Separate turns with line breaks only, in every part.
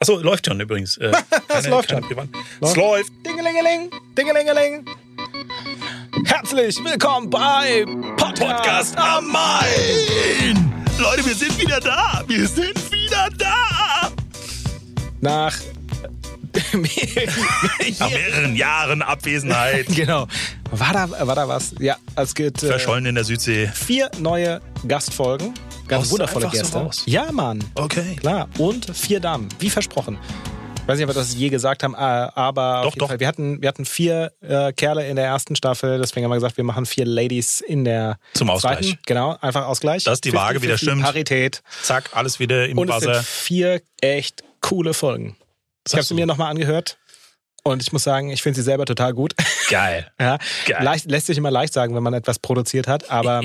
Achso, läuft schon übrigens. Äh,
Es läuft
keine
schon.
privaten- Es
Läuft.
läuft.
Dingelingeling, Dingelingeling. Herzlich willkommen bei Podcast,
Podcast am Main. Leute, wir sind wieder da. Wir sind wieder da.
nach
Nach mehreren Jahren Abwesenheit.
genau. War da, war da was? Ja, es gibt äh,
Verschollen in der Südsee.
vier neue Gastfolgen. Ganz
Haust du
wundervolle
einfach so
Gäste.
raus?
ja, Mann.
Okay.
Klar. Und vier Damen, wie versprochen. Ich weiß nicht, ob wir das je gesagt haben, äh, aber
Doch,
auf jeden
doch.
Fall. Wir, hatten, wir hatten vier äh, Kerle in der ersten Staffel, deswegen haben wir gesagt, wir machen vier Ladies in der
Zum Ausgleich.
zweiten. Genau, einfach Ausgleich.
Dass die Waage wieder
50-50
stimmt.
Parität.
Zack, alles wieder im
Und es sind
Wasser.
vier echt coole Folgen. Ich habe
Sagst
sie
du?
mir nochmal angehört und ich muss sagen, ich finde sie selber total gut.
Geil.
Ja,
Geil.
leicht, lässt sich immer leicht sagen, wenn man etwas produziert hat, aber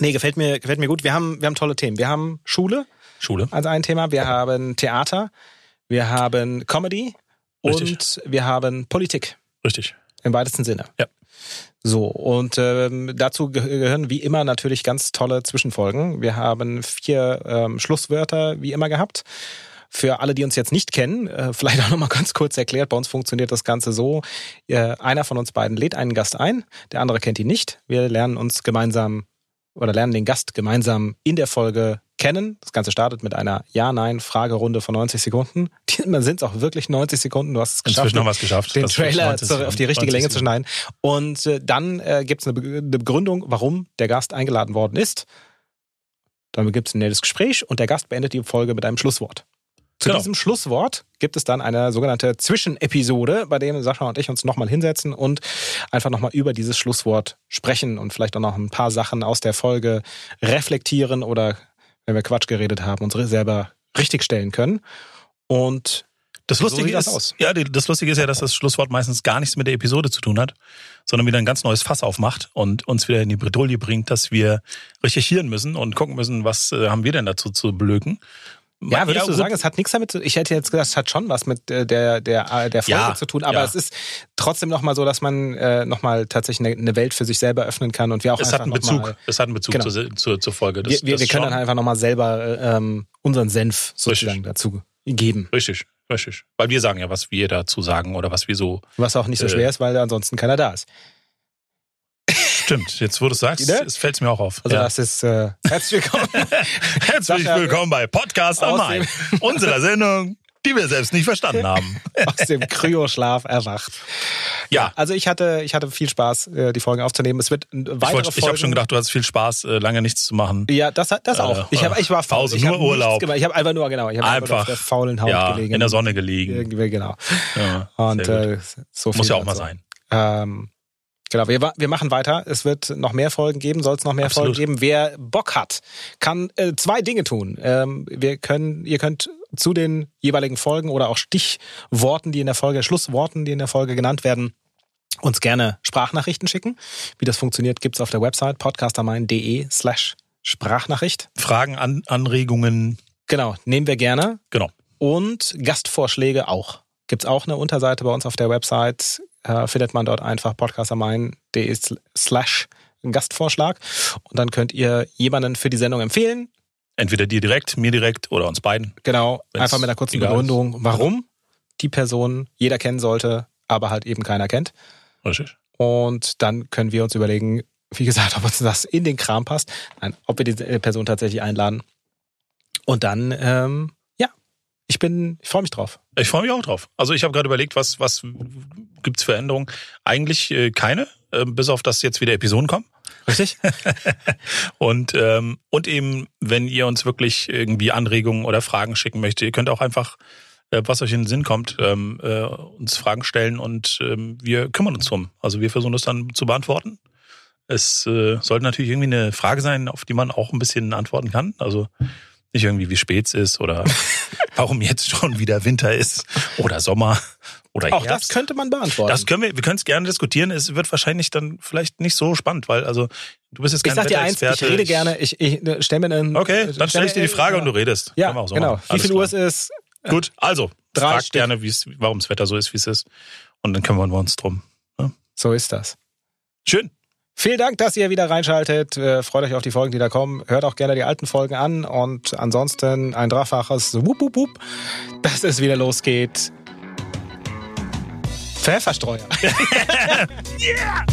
nee, gefällt mir, gefällt mir gut. Wir haben, wir haben tolle Themen. Wir haben Schule
Schule.
als ein Thema, wir haben Theater, wir haben Comedy
Richtig.
und wir haben Politik
Richtig.
im weitesten Sinne.
Ja.
So, und ähm, dazu geh- gehören wie immer natürlich ganz tolle Zwischenfolgen. Wir haben vier ähm, Schlusswörter wie immer gehabt. Für alle, die uns jetzt nicht kennen, äh, vielleicht auch nochmal ganz kurz erklärt, bei uns funktioniert das Ganze so. Äh, einer von uns beiden lädt einen Gast ein, der andere kennt ihn nicht. Wir lernen uns gemeinsam oder lernen den Gast gemeinsam in der Folge kennen. Das Ganze startet mit einer Ja-Nein-Fragerunde von 90 Sekunden. Die sind es auch wirklich 90 Sekunden, du hast es geschafft
Inzwischen haben wir es geschafft.
den
Das wird
Trailer
90
zur, auf die richtige
90
Länge zu schneiden. Und äh, dann äh, gibt es eine, Be eine Begründung, warum der Gast eingeladen worden ist. Dann gibt es ein nettes Gespräch und der Gast beendet die Folge mit einem Schlusswort. Zu
Genau.
diesem Schlusswort gibt es dann eine sogenannte Zwischenepisode, bei dem Sascha und ich uns nochmal hinsetzen und einfach nochmal über dieses Schlusswort sprechen und vielleicht auch noch ein paar Sachen aus der Folge reflektieren oder, wenn wir Quatsch geredet haben, uns selber richtigstellen können. Und
Das
So
Lustige
sieht das
ist,
aus.
ja, die, das Lustige ist ja, dass das Schlusswort meistens gar nichts mit der Episode zu tun hat, sondern wieder ein ganz neues Fass aufmacht und uns wieder in die Bredouille bringt, dass wir recherchieren müssen und gucken müssen, was äh, haben wir denn dazu zu blöken.
Ja, würdest du
gut,
sagen, es hat nichts damit zu Ich hätte jetzt gesagt, es hat schon was mit äh, der, der, äh, der Folge
Ja,
zu tun, aber
ja.
es ist trotzdem nochmal so, dass man äh, nochmal tatsächlich eine, eine Welt für sich selber öffnen kann und wir auch
es
einfach
hat einen
noch
Bezug.
Mal,
es hat einen Bezug
Genau.
zur, zur, zur Folge. Das,
wir wir,
das
wir können halt
schon.
dann einfach nochmal selber äh, ähm, unseren Senf sozusagen
Richtig.
dazu geben.
Richtig, richtig. Weil wir sagen ja, was wir dazu sagen oder was wir so.
Was auch nicht so
Äh.
schwer ist, weil ansonsten keiner da ist.
Stimmt, jetzt wo du es sagst,
Ne?
es fällt mir auch auf.
Also
ja.
das ist äh, herzlich willkommen.
Herzlich
Sascha,
willkommen bei Podcast am
aus
Main, unserer Sendung, die wir selbst nicht verstanden haben.
aus dem Kryoschlaf erwacht.
Ja.
Also ich hatte, ich hatte viel Spaß, äh, die Folgen aufzunehmen. Es wird äh, weitere
Ich, wollt- ich habe
Folgen-
schon gedacht, du hast viel Spaß, äh, lange nichts zu machen.
Ja, das, hat- das auch. Ich, hab, ich war faul.
Pause,
ich
nur
hab nichts
Urlaub.
gemacht. Ich habe einfach nur, genau, ich habe einfach, nur auf
Einfach
der faulen Haut
ja,
gelegen.
in der Sonne gelegen.
Irgendwie, genau.
Ja,
Und
sehr gut.
äh, so viel
Muss ja auch mal
dazu.
sein.
Ähm, genau, wir, wa- wir machen weiter. Es wird noch mehr Folgen geben, soll es noch mehr
Absolut.
Folgen geben. Wer Bock hat, kann äh, zwei Dinge tun. Ähm, wir können, ihr könnt zu den jeweiligen Folgen oder auch Stichworten, die in der Folge, Schlussworten, die in der Folge genannt werden, uns gerne Sprachnachrichten schicken. Wie das funktioniert, gibt's auf der Website podcastermein.de slash Sprachnachricht.
Fragen, An Anregungen,
Genau, nehmen wir gerne.
genau.
Und Gastvorschläge auch. Gibt's auch eine Unterseite bei uns auf der Website. Äh, findet man dort einfach podcastermein.de slash Gastvorschlag. Und dann könnt ihr jemanden für die Sendung empfehlen.
Entweder dir direkt, mir direkt oder uns beiden.
Genau,
Wenn's
einfach mit einer kurzen
egal ist.
Begründung, warum die Person jeder kennen sollte, aber halt eben keiner kennt.
Richtig.
Und dann können wir uns überlegen, wie gesagt, ob uns das in den Kram passt, Nein, ob wir diese Person tatsächlich einladen. Und dann, ähm, ja, ich bin, ich freue mich drauf.
Ich freue mich auch drauf. Also ich habe gerade überlegt, was, was gibt's für Änderungen? Eigentlich äh, keine, äh, bis auf dass jetzt wieder Episoden kommen.
Richtig?
Und, ähm, und eben, wenn ihr uns wirklich irgendwie Anregungen oder Fragen schicken möchtet, ihr könnt auch einfach, äh, was euch in den Sinn kommt, ähm, äh, uns Fragen stellen und ähm, wir kümmern uns drum. Also wir versuchen das dann zu beantworten. Es äh, sollte natürlich irgendwie eine Frage sein, auf die man auch ein bisschen antworten kann. Also nicht irgendwie, wie spät es ist oder warum jetzt schon wieder Winter ist oder Sommer oder
Auch das
Herbst.
könnte man beantworten.
das können wir, wir können es gerne diskutieren. Es wird wahrscheinlich dann vielleicht nicht so spannend, weil also du bist jetzt kein
ich sag dir eins, ich
Wetterexperte.
rede gerne, ich, ich ne, stell mir einen.
Okay,
äh,
dann stelle ich dir die Frage und du redest.
Ja,
Können wir auch so
genau.
machen.
Wie
Alles
viel Uhr es ist,
klar. Gut, also
Drei
frag
Stück.
gerne, wie's- warum das Wetter so ist, wie es ist. Und dann kümmern wir uns drum.
so ist das.
Schön.
Vielen Dank, dass ihr wieder reinschaltet. Äh, Freut euch auf die Folgen, die da kommen. Hört auch gerne die alten Folgen an. Und ansonsten ein dreifaches Wup, Wup, Wup, dass es wieder losgeht. Pfefferstreuer.
Yeah!